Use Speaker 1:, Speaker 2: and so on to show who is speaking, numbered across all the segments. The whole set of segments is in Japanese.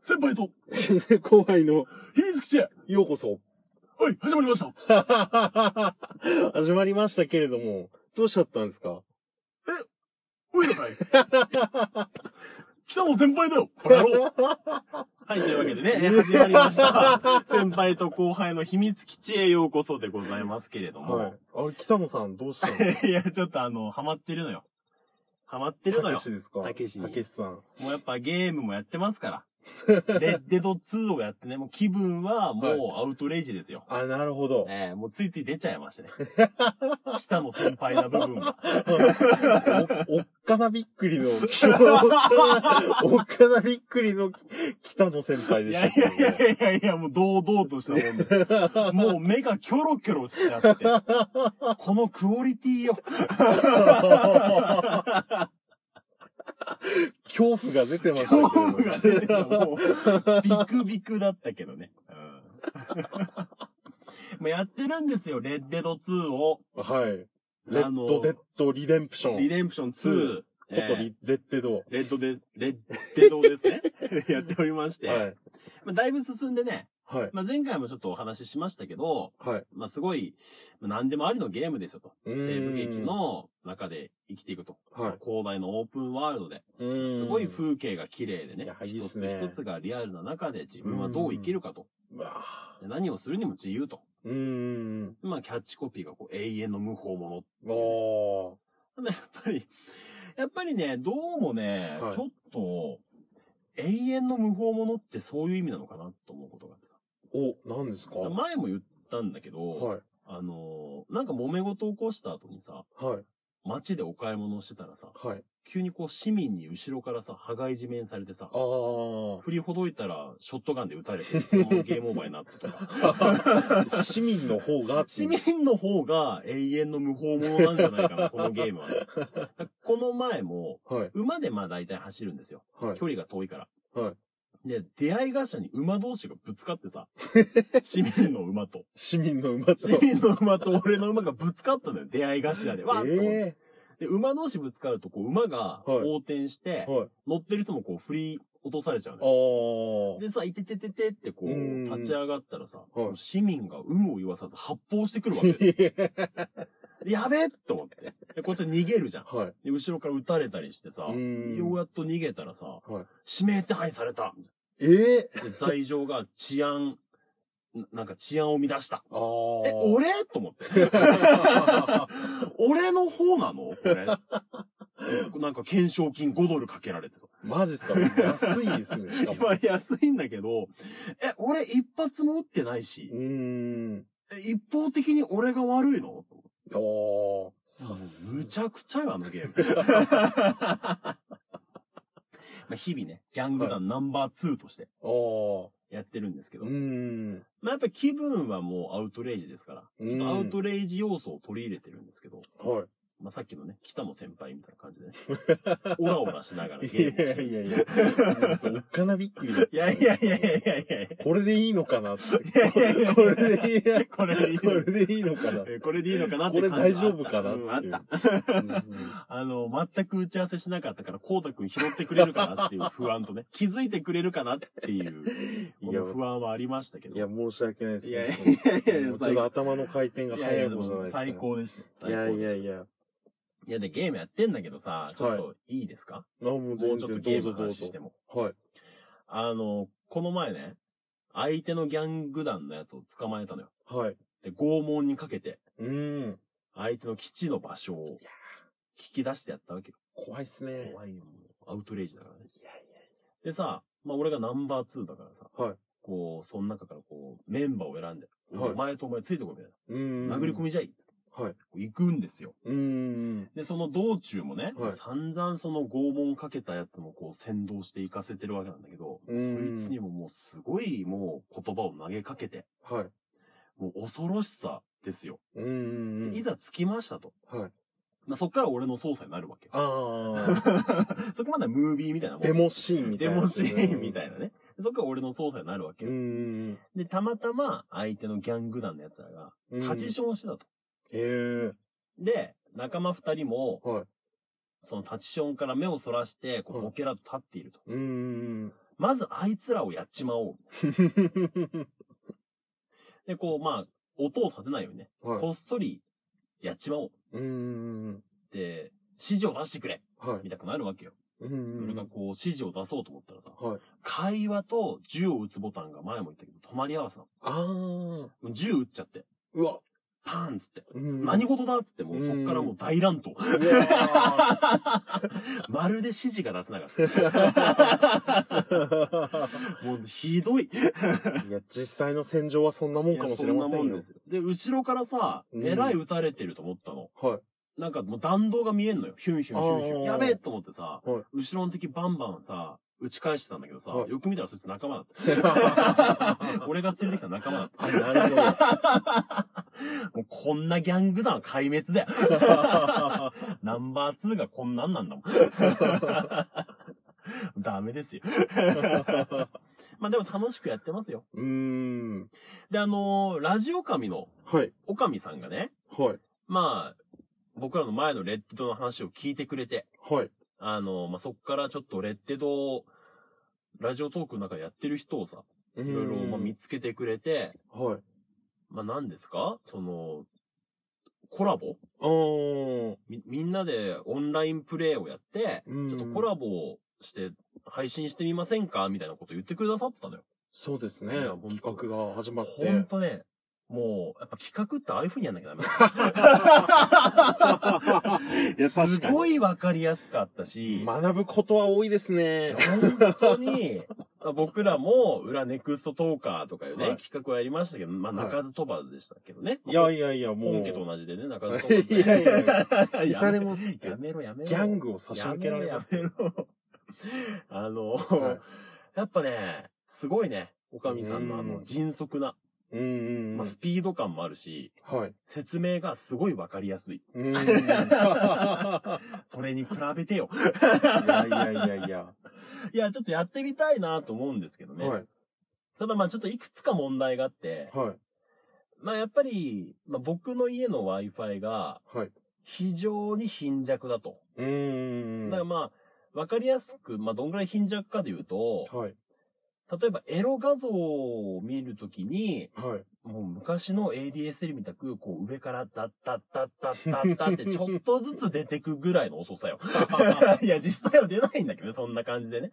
Speaker 1: 先輩と、
Speaker 2: 後輩の、
Speaker 1: 秘密基地へ、
Speaker 2: ようこそ。
Speaker 1: はい、始まりました。
Speaker 2: 始まりましたけれども、どうしちゃったんですか
Speaker 1: 上 野かい北野先輩だよこれやろうはい、というわけでね、えー始まりました。先輩と後輩の秘密基地へようこそでございますけれども。
Speaker 2: はい。あれ、北野さんどうしたの
Speaker 1: い、や、ちょっとあの、ハマってるのよ。ハマってるの
Speaker 2: たけ
Speaker 1: よ。
Speaker 2: しですか
Speaker 1: たけしに
Speaker 2: たけしさん。
Speaker 1: もうやっぱゲームもやってます から。レッデド2をやってね、もう気分はもうアウトレイジですよ。
Speaker 2: あ、なるほど。
Speaker 1: ええもうついつい出ちゃいましたね。北野先輩な部分が。
Speaker 2: お、おっかなびっくりの、おっ かなびっくりの北野先輩
Speaker 1: い
Speaker 2: でし
Speaker 1: や
Speaker 2: た
Speaker 1: い
Speaker 2: けど
Speaker 1: や
Speaker 2: ね
Speaker 1: いやいやいや、もう堂々としたもんです。もう目がキョロキョロしちゃって。このクオリティよ。
Speaker 2: 恐怖が出てましたけ
Speaker 1: 恐
Speaker 2: れど
Speaker 1: 怖
Speaker 2: も。
Speaker 1: が出てたもう、ビクビクだったけどね。うんまあやってるんですよ、レッデド2を。
Speaker 2: はい。レ
Speaker 1: あ
Speaker 2: ッ
Speaker 1: の
Speaker 2: ドデッドリデンプション。
Speaker 1: リデンプション2。
Speaker 2: こと
Speaker 1: えー
Speaker 2: リ、レッデド。
Speaker 1: レッドで、レッデドです ね。やっておりまして。
Speaker 2: はい。
Speaker 1: まあ、だいぶ進んでね、
Speaker 2: はい。
Speaker 1: まあ、前回もちょっとお話ししましたけど、
Speaker 2: はい。
Speaker 1: まあ、すごい、まあ何でもありのゲームですよと。
Speaker 2: う
Speaker 1: 西
Speaker 2: ーん
Speaker 1: 部劇の中で生きていくと。
Speaker 2: は
Speaker 1: 広大なオープンワールドで、
Speaker 2: い。う
Speaker 1: すごい風景が綺麗でね
Speaker 2: いや、いいっ
Speaker 1: 一
Speaker 2: す
Speaker 1: つ
Speaker 2: ね
Speaker 1: 一つがリアルな中で自分はどう生きるかと。
Speaker 2: うわ
Speaker 1: で何をするにも自由と。
Speaker 2: ーうーん。
Speaker 1: でまあ、キャッチコピーがこう永遠の無法者
Speaker 2: お ー。
Speaker 1: やっぱり、やっぱりね、どうもね、
Speaker 2: はい
Speaker 1: ちょっと、永遠の無法者ってそういう意味なのかなと思うことがあってさ。
Speaker 2: お、何ですかは
Speaker 1: 前も言ったんだけど、
Speaker 2: い。
Speaker 1: あのー、なんか揉め事を起こした後にさ、
Speaker 2: はい。
Speaker 1: 街でお買い物をしてたらさ、
Speaker 2: はい。
Speaker 1: 急にこう市民に後ろからさ、羽交い締めにされてさ
Speaker 2: あ、ー。
Speaker 1: 振りほどいたらショットガンで撃たれて、そのままゲームオーバーになったとか。
Speaker 2: 市民の方が、
Speaker 1: 市民の方が永遠の無法者なんじゃないかな、このゲームはね、この前も、
Speaker 2: はい。
Speaker 1: 馬でまあ大体走るんですよ。
Speaker 2: はい。
Speaker 1: 距離が遠いから。。
Speaker 2: はい
Speaker 1: で、出会い頭に馬同士がぶつかって さ、市民の馬と、
Speaker 2: 市民の馬と
Speaker 1: 市。民の馬と俺の馬がぶつかったのよ、出会い頭で。わーっと思って、
Speaker 2: え
Speaker 1: で、馬同士ぶつかると、こう、馬が
Speaker 2: はい
Speaker 1: 横転して、
Speaker 2: えはい。
Speaker 1: 乗ってる人もこう、振り落とされちゃう
Speaker 2: あ
Speaker 1: のよ。
Speaker 2: ー。
Speaker 1: でさ、いててててってこ
Speaker 2: う
Speaker 1: う、
Speaker 2: ん
Speaker 1: 立ち上がったらさ、
Speaker 2: はい
Speaker 1: 市民が有無を言わさず発砲してくるわけ ですよやべえと思って。で、こっちは逃げるじゃん。
Speaker 2: はい。
Speaker 1: で、後ろから撃たれたりしてさ、
Speaker 2: うーん
Speaker 1: ようやっと逃げたらさ、
Speaker 2: はい
Speaker 1: 指名手配された
Speaker 2: ええ
Speaker 1: で罪状が治安、ななんか治安を乱した。
Speaker 2: あー。
Speaker 1: え、俺と思って。俺の方なのこれ。なんか懸賞金5ドルかけられてさ。
Speaker 2: マジっすか安いですね、しかも。
Speaker 1: 今安いんだけど、え、俺一発も打ってないうし、
Speaker 2: ーん。
Speaker 1: え一方的に俺が悪いの
Speaker 2: おー。
Speaker 1: さ
Speaker 2: さ
Speaker 1: す
Speaker 2: す
Speaker 1: むちゃくちゃよ、あのゲーム。 まあ日々ね、ギャング団ナンバー2として
Speaker 2: あー。
Speaker 1: やってるんですけど、
Speaker 2: うーん。
Speaker 1: まあやっぱり気分はもうアウトレイジですから、ちょっとアウトレイジ要素を取り入れてるんですけど、
Speaker 2: は
Speaker 1: まあ、さっきのね、北野先輩みたいな感じで ね、オラオラしながら
Speaker 2: い。
Speaker 1: ゲ
Speaker 2: いや
Speaker 1: ームをしてる
Speaker 2: いやいや。なんかそうおっかなびっくりだった
Speaker 1: いやいやいやいやいやいやい
Speaker 2: これでいいのかなって。
Speaker 1: やいやいやいや
Speaker 2: これでいい
Speaker 1: や。これでいい
Speaker 2: こ
Speaker 1: の
Speaker 2: れでいいのか な
Speaker 1: えこれでいいのかなっ
Speaker 2: こ
Speaker 1: て
Speaker 2: れ
Speaker 1: 感じはあっ
Speaker 2: 大
Speaker 1: た
Speaker 2: 丈夫かな
Speaker 1: うんあ
Speaker 2: っ
Speaker 1: って
Speaker 2: いう。
Speaker 1: た。
Speaker 2: うん
Speaker 1: あの、全く打ち合わせしなかったから、こうたくん拾ってくれるかなっていう不安とね、 気づいてくれるかなっていう、こ
Speaker 2: いや
Speaker 1: の不安はありましたけど。
Speaker 2: いや、申し訳ないです
Speaker 1: いやい
Speaker 2: ね
Speaker 1: や。
Speaker 2: その
Speaker 1: いや
Speaker 2: もうちょっと頭の回転が
Speaker 1: いやい
Speaker 2: 早
Speaker 1: や
Speaker 2: い
Speaker 1: で
Speaker 2: 方じゃない
Speaker 1: も
Speaker 2: ですか。
Speaker 1: 最。高でした。
Speaker 2: いやいや
Speaker 1: や。
Speaker 2: いや。
Speaker 1: いやで、ゲームやってんだけどさ、ちょっといいですか、
Speaker 2: あ、もう
Speaker 1: も
Speaker 2: 全
Speaker 1: うちょっと
Speaker 2: 然、
Speaker 1: ゲー
Speaker 2: どう
Speaker 1: ム
Speaker 2: ぞ
Speaker 1: の
Speaker 2: どう
Speaker 1: 話
Speaker 2: ぞ
Speaker 1: して。も。
Speaker 2: はい。
Speaker 1: あの、この前ね、相手のギャング団のやつを捕まえたのよ。
Speaker 2: はい。
Speaker 1: で、拷問にかけて、
Speaker 2: うーん。
Speaker 1: 相手の基地の場所を聞き出してやったわけよ。
Speaker 2: 怖いっすね。
Speaker 1: 怖いよ、もうアウトレイジだからね。でさ、まあ俺がナンバー2だからさ、
Speaker 2: はい
Speaker 1: こう、その中からこう、メンバーを選んで、
Speaker 2: はい
Speaker 1: お前とお前ついてこいみたいう
Speaker 2: ーん。
Speaker 1: な。殴り込みじゃいって
Speaker 2: はい。
Speaker 1: 行くんですよ。
Speaker 2: うーん。
Speaker 1: で、その道中もね、
Speaker 2: はい
Speaker 1: 散々その拷問かけたやつもこう先導して行かせてるわけなんだけど、
Speaker 2: うーん
Speaker 1: そいつにももうすごいもう言葉を投げかけて、
Speaker 2: はい。
Speaker 1: もう恐ろしさですよ。
Speaker 2: うーん。
Speaker 1: いざ着きましたと。
Speaker 2: はい。
Speaker 1: まあ、そっから俺の操作になるわ けよ。
Speaker 2: あ
Speaker 1: そこまではムービーみたいなもん
Speaker 2: ー。デモシーンみたい
Speaker 1: デ
Speaker 2: な。
Speaker 1: モシーンみた
Speaker 2: い
Speaker 1: いなね。そっから俺の操作になるわけ
Speaker 2: うー
Speaker 1: よ。
Speaker 2: ん。
Speaker 1: で、たまたま相手のギャング団の奴らが、
Speaker 2: うーん
Speaker 1: タジションをしてたと。
Speaker 2: へえ。
Speaker 1: で、仲間二人も、
Speaker 2: はい。
Speaker 1: そのタジションから目をそらして、こう
Speaker 2: はい
Speaker 1: ボケラと立っていると。
Speaker 2: うーん。
Speaker 1: まずあいつらをやっちまおう。で、こう、まあ、音を立てないようにね、
Speaker 2: はい。
Speaker 1: こっそりやっちまおう。
Speaker 2: うーん。
Speaker 1: で、指示を出してくれ
Speaker 2: はい。
Speaker 1: みたくなるわけよ。
Speaker 2: うーん
Speaker 1: 俺がこう、指示を出そうと思ったらさ、
Speaker 2: はい。
Speaker 1: 会話と銃を撃つボタンが前も言ったけど、止まり合わせな
Speaker 2: あー。
Speaker 1: の。銃撃っちゃって、
Speaker 2: うわ。
Speaker 1: パーンっつって、
Speaker 2: うん
Speaker 1: 何事だっつって、もうそっからもう大乱闘。
Speaker 2: うわ
Speaker 1: まるで指示が出せなかった。
Speaker 2: ー
Speaker 1: もうひどい。
Speaker 2: いや、実際の戦場はそんなもんかもしれませ
Speaker 1: いやそ
Speaker 2: ん
Speaker 1: なも
Speaker 2: よ
Speaker 1: で。すよで、後ろからさ、
Speaker 2: うん
Speaker 1: えらい撃たれてると思ったの。
Speaker 2: はい。
Speaker 1: なんかもう弾道が見えんのよ。ヒュンヒュンヒュンヒュン。
Speaker 2: あー
Speaker 1: やべえと思ってさ、
Speaker 2: はい
Speaker 1: 後ろの敵バンバンさ、撃ち返してたんだけどさ、
Speaker 2: はい
Speaker 1: よく見たらそいつ仲間だっ た。
Speaker 2: あ
Speaker 1: 俺が連れてきた仲間だった。
Speaker 2: なるほど。
Speaker 1: もうこんなギャング団壊滅だよ。ナンバー2がこんなんなんだ もん。ダメですよ。 まあでも楽しくやってますよ。
Speaker 2: うーん。
Speaker 1: で、あのーラジオ神の
Speaker 2: はい。
Speaker 1: おかみさんがね、
Speaker 2: はい。
Speaker 1: まあ、僕らの前のレッテドの話を聞いてくれて、
Speaker 2: はい。
Speaker 1: あの、まあ、そっからちょっとレッテドを、ラジオトークの中でやってる人をさ、
Speaker 2: い
Speaker 1: いろいろまあ見
Speaker 2: み
Speaker 1: つけてくれて、
Speaker 2: はい。
Speaker 1: まあ、何ですかその、コラボ
Speaker 2: あー。
Speaker 1: み、みんなでオンラインプレイをやって、
Speaker 2: うん
Speaker 1: ちょっとコラボをして、配信してみませんかみたいなこと言ってくださってたのよ。
Speaker 2: そうですね。
Speaker 1: いや本
Speaker 2: 企
Speaker 1: 当
Speaker 2: 画が始まっ
Speaker 1: ほん
Speaker 2: て。
Speaker 1: とね、もう、やっぱ企画ってああいう風にやんなきゃダメ
Speaker 2: いや
Speaker 1: だ。
Speaker 2: 確
Speaker 1: す
Speaker 2: かに
Speaker 1: ごいわかりやすかったし、
Speaker 2: 学ぶことは多いですね。
Speaker 1: 本当に、僕らも、裏ネクストトーカーとかいうね、
Speaker 2: はい
Speaker 1: 企画をやりましたけど、まあ、
Speaker 2: はい
Speaker 1: 鳴かず飛ばずでしたけどね。
Speaker 2: いやいやいや、もう。
Speaker 1: 本家と同じでね、鳴かず飛ばずで。
Speaker 2: いやいやいや消
Speaker 1: や
Speaker 2: さ
Speaker 1: め
Speaker 2: れますって
Speaker 1: やめろ、やめろ。
Speaker 2: ギャングを差し向けられます。
Speaker 1: やめろ、やめろ。あの、
Speaker 2: はい
Speaker 1: やっぱね、すごいね、おかみさんのあ
Speaker 2: う
Speaker 1: の、
Speaker 2: ん
Speaker 1: 迅速な、
Speaker 2: うーん。
Speaker 1: まあ、スピード感もあるし、
Speaker 2: はい。
Speaker 1: 説明がすごいわかりやすい。
Speaker 2: うーん。い
Speaker 1: それに比べてよ。
Speaker 2: やいやいやいや。
Speaker 1: いや、ちょっとやってみたいなと思うんですけどね。
Speaker 2: はい。
Speaker 1: ただまあちょっといくつか問題があって、
Speaker 2: はい。
Speaker 1: まあやっぱり、まあ、僕の家の Wi-Fi が
Speaker 2: はい。
Speaker 1: 非常に貧弱だと。
Speaker 2: うーん。
Speaker 1: だからまあ、わかりやすく、まあどんぐらい貧弱かで言うと、
Speaker 2: はい。
Speaker 1: 例えばエロ画像を見るときに、
Speaker 2: はい。
Speaker 1: もう昔の ADSL みたく、こう上からダッダッダッダッダッダッってちょっとずつ出てくぐらいの遅 さよ。いや、実際は出ないんだけどね、そんな感じでね。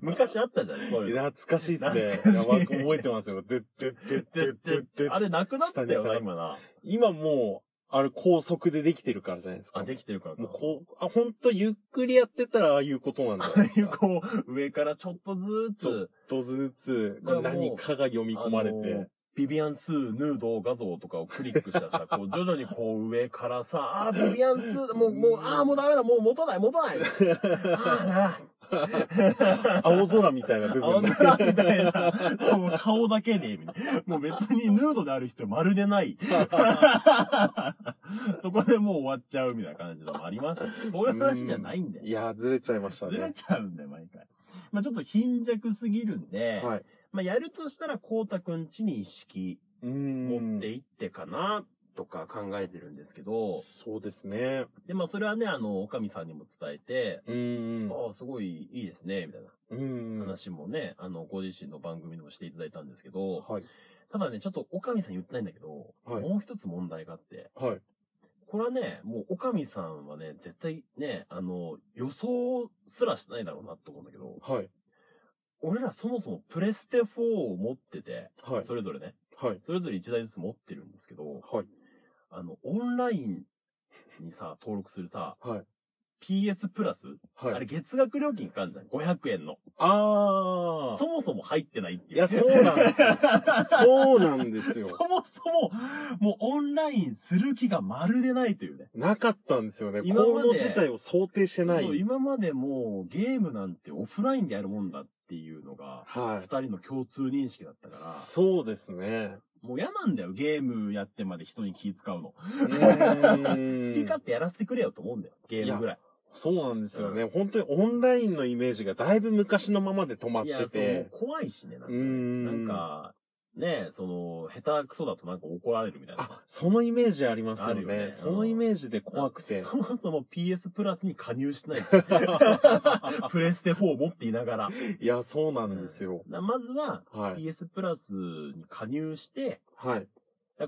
Speaker 1: 昔あったじゃん、そういうの。
Speaker 2: 懐かしいですね。
Speaker 1: 懐かしい
Speaker 2: やばく覚えてますよ。でででででで
Speaker 1: あれなくなったよ
Speaker 2: 下
Speaker 1: な、
Speaker 2: にさ
Speaker 1: 今な。
Speaker 2: 今もう、あれ高速でできてるからじゃないですか。
Speaker 1: あ、できてるからか
Speaker 2: もうこう、あ、ほんとゆっくりやってたらああいうことなんだ。
Speaker 1: ああいうこう、上からちょっとずつ、
Speaker 2: とずつ、
Speaker 1: だからもう
Speaker 2: 何かが読み込まれ
Speaker 1: あの
Speaker 2: て。
Speaker 1: ビビアンスーヌード画像とかをクリックしたらさ、 こう徐々にこう上からさ、あービビアンスー、もう、もう、あーもうダメだ、もう持たない、持た ない。あー な
Speaker 2: 青空みたいな部
Speaker 1: 青
Speaker 2: 分。
Speaker 1: 空みたいな、もう顔だけで、みたいなもう別にヌードである必要まるでない。そこでもう終わっちゃうみたいな感じのもありましたけど、そういう話じゃないんだよ
Speaker 2: い。やー、ずれちゃいました
Speaker 1: ずれ
Speaker 2: ね。
Speaker 1: ちゃうんだよ、毎回。まあちょっと貧弱すぎるんで、
Speaker 2: はい。
Speaker 1: まあやるとしたら、こうたくんちに一式
Speaker 2: うーん
Speaker 1: 持っていってかな、とか考えてるんですけど、
Speaker 2: そうですね。
Speaker 1: で、まあそれはね、あの、おかみさんにも伝えて、
Speaker 2: うーん。
Speaker 1: ああ、すごいいいですね、みたいな
Speaker 2: うーん。
Speaker 1: 話もね、あの、ご自身の番組でもしていただいたんですけど、
Speaker 2: はい。
Speaker 1: ただね、ちょっとおかみさん言ってないんだけど、
Speaker 2: はい。
Speaker 1: もう一つ問題があって、
Speaker 2: はい。
Speaker 1: これはね、もうおかみさんはね、絶対ね、あの、予想すらしてないだろうなと思うんだけど、
Speaker 2: はい。
Speaker 1: 俺らそもそもプレステ4を持ってて、
Speaker 2: はい。
Speaker 1: それぞれね、
Speaker 2: はい。
Speaker 1: それぞれ1台ずつ持ってるんですけど、
Speaker 2: はい。
Speaker 1: あの、オンラインにさ、登録するさ、
Speaker 2: はい。
Speaker 1: PS プラス、
Speaker 2: はい。
Speaker 1: あれ月額料金かかんじゃん。500円の。
Speaker 2: あ
Speaker 1: そもそも入ってないっていう。
Speaker 2: いや、そうなんで すよ。そうなんです
Speaker 1: そ
Speaker 2: よ。
Speaker 1: もそも、もうオンラインする気がまるでないというね。
Speaker 2: なかったんですよね。こ
Speaker 1: 今まで
Speaker 2: の事態を想定してな
Speaker 1: そう
Speaker 2: い。
Speaker 1: 今までもうゲームなんてオフラインでやるもんだっていうのが、
Speaker 2: は
Speaker 1: 二
Speaker 2: い。
Speaker 1: 人の共通認識だったから、
Speaker 2: そうです ね。
Speaker 1: もう嫌なんだよ。ゲームやってまで人に気使うの。
Speaker 2: う ーん
Speaker 1: 好き勝手やらせてくれよと思うんだよ。ゲームぐらい。
Speaker 2: そうなんですよね。本当にオンラインのイメージがだいぶ昔のままで止まっ
Speaker 1: いや、
Speaker 2: て
Speaker 1: そう、もう
Speaker 2: て。
Speaker 1: 怖いしね、なんか
Speaker 2: うー
Speaker 1: ね。
Speaker 2: ん
Speaker 1: なんか、ね、その、下手くそだとなんか怒られるみたいなさ
Speaker 2: あ、そのイメージありますよね。
Speaker 1: あるよね
Speaker 2: そのイメージで怖くて。
Speaker 1: そもそも PS プラスに加入して ない。プレステ4を持っていながら。
Speaker 2: いや、そうなんですよ。
Speaker 1: なまずは、
Speaker 2: はい。
Speaker 1: PS プラスに加入して、
Speaker 2: はい。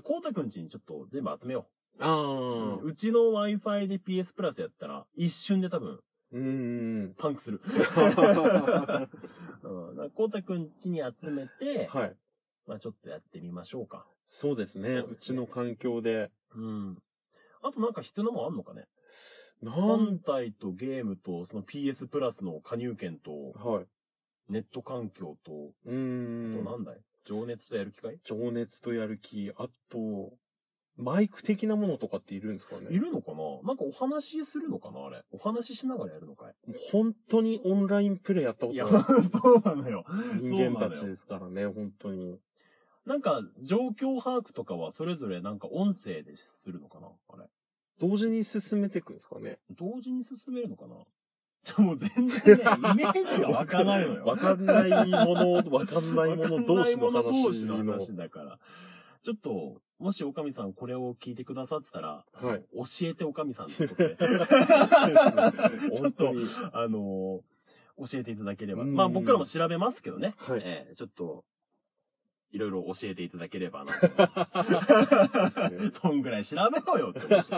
Speaker 1: コータくんちにちょっと全部集めよ
Speaker 2: あ
Speaker 1: う。う
Speaker 2: ー。
Speaker 1: ちの Wi-Fi で PS プラスやったら、一瞬で多分、
Speaker 2: うーん。
Speaker 1: パンクす る。
Speaker 2: は
Speaker 1: うん、コータくんちに集めて、
Speaker 2: い。
Speaker 1: まあちょっとやってみましょうか。
Speaker 2: そうですね。
Speaker 1: そう
Speaker 2: う
Speaker 1: です
Speaker 2: ち
Speaker 1: ね
Speaker 2: の環境で。
Speaker 1: うん。あとなんか必要なもんあんのかね
Speaker 2: なん、
Speaker 1: 本体とゲームと、その PS プラスの加入券と、
Speaker 2: はい。
Speaker 1: ネット環境と、
Speaker 2: うー
Speaker 1: あと
Speaker 2: ん
Speaker 1: な。んだい、情熱とやる機会
Speaker 2: 情熱とやる気、あと、マイク的なものとかっているんですかね
Speaker 1: いるのかななんかお話しするのかなあれ。お話ししながらやるのかい
Speaker 2: もう本当にオンラインプレイやったことないで す
Speaker 1: そうなのよ。
Speaker 2: 人間た
Speaker 1: そうな
Speaker 2: ち
Speaker 1: のよ
Speaker 2: ですからね、本当に。
Speaker 1: なんか、状況把握とかはそれぞれなんか音声でするのかなあれ。
Speaker 2: 同時に進めていくんですかね。
Speaker 1: 同時に進めるのかな ちょ、もう全然ね、イメージが湧かないのよ。
Speaker 2: わかんないもの、わかんないもの同士の
Speaker 1: わかんないもの同
Speaker 2: 話
Speaker 1: 士
Speaker 2: の。
Speaker 1: の話だから。ちょっと、もしおかみさんこれを聞いてくださってたら、
Speaker 2: はい。
Speaker 1: 教えておかみさんってことで ちょっ
Speaker 2: 本当
Speaker 1: と、
Speaker 2: に。
Speaker 1: あのー教えていただければ。
Speaker 2: うん
Speaker 1: まあ僕らも調べますけどね。
Speaker 2: はい。
Speaker 1: ええちょっと、いろいろ教えていただければなと思います。そんぐらい調べろよって思って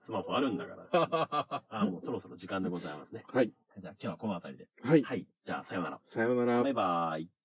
Speaker 1: スマホあるんだから。
Speaker 2: は
Speaker 1: あ、もうそろそろ時間でございますね。
Speaker 2: はい。
Speaker 1: じゃあ今日はこの辺りで。
Speaker 2: い。
Speaker 1: はい。じゃあさようなら。
Speaker 2: さようなら
Speaker 1: バイ。バーイ。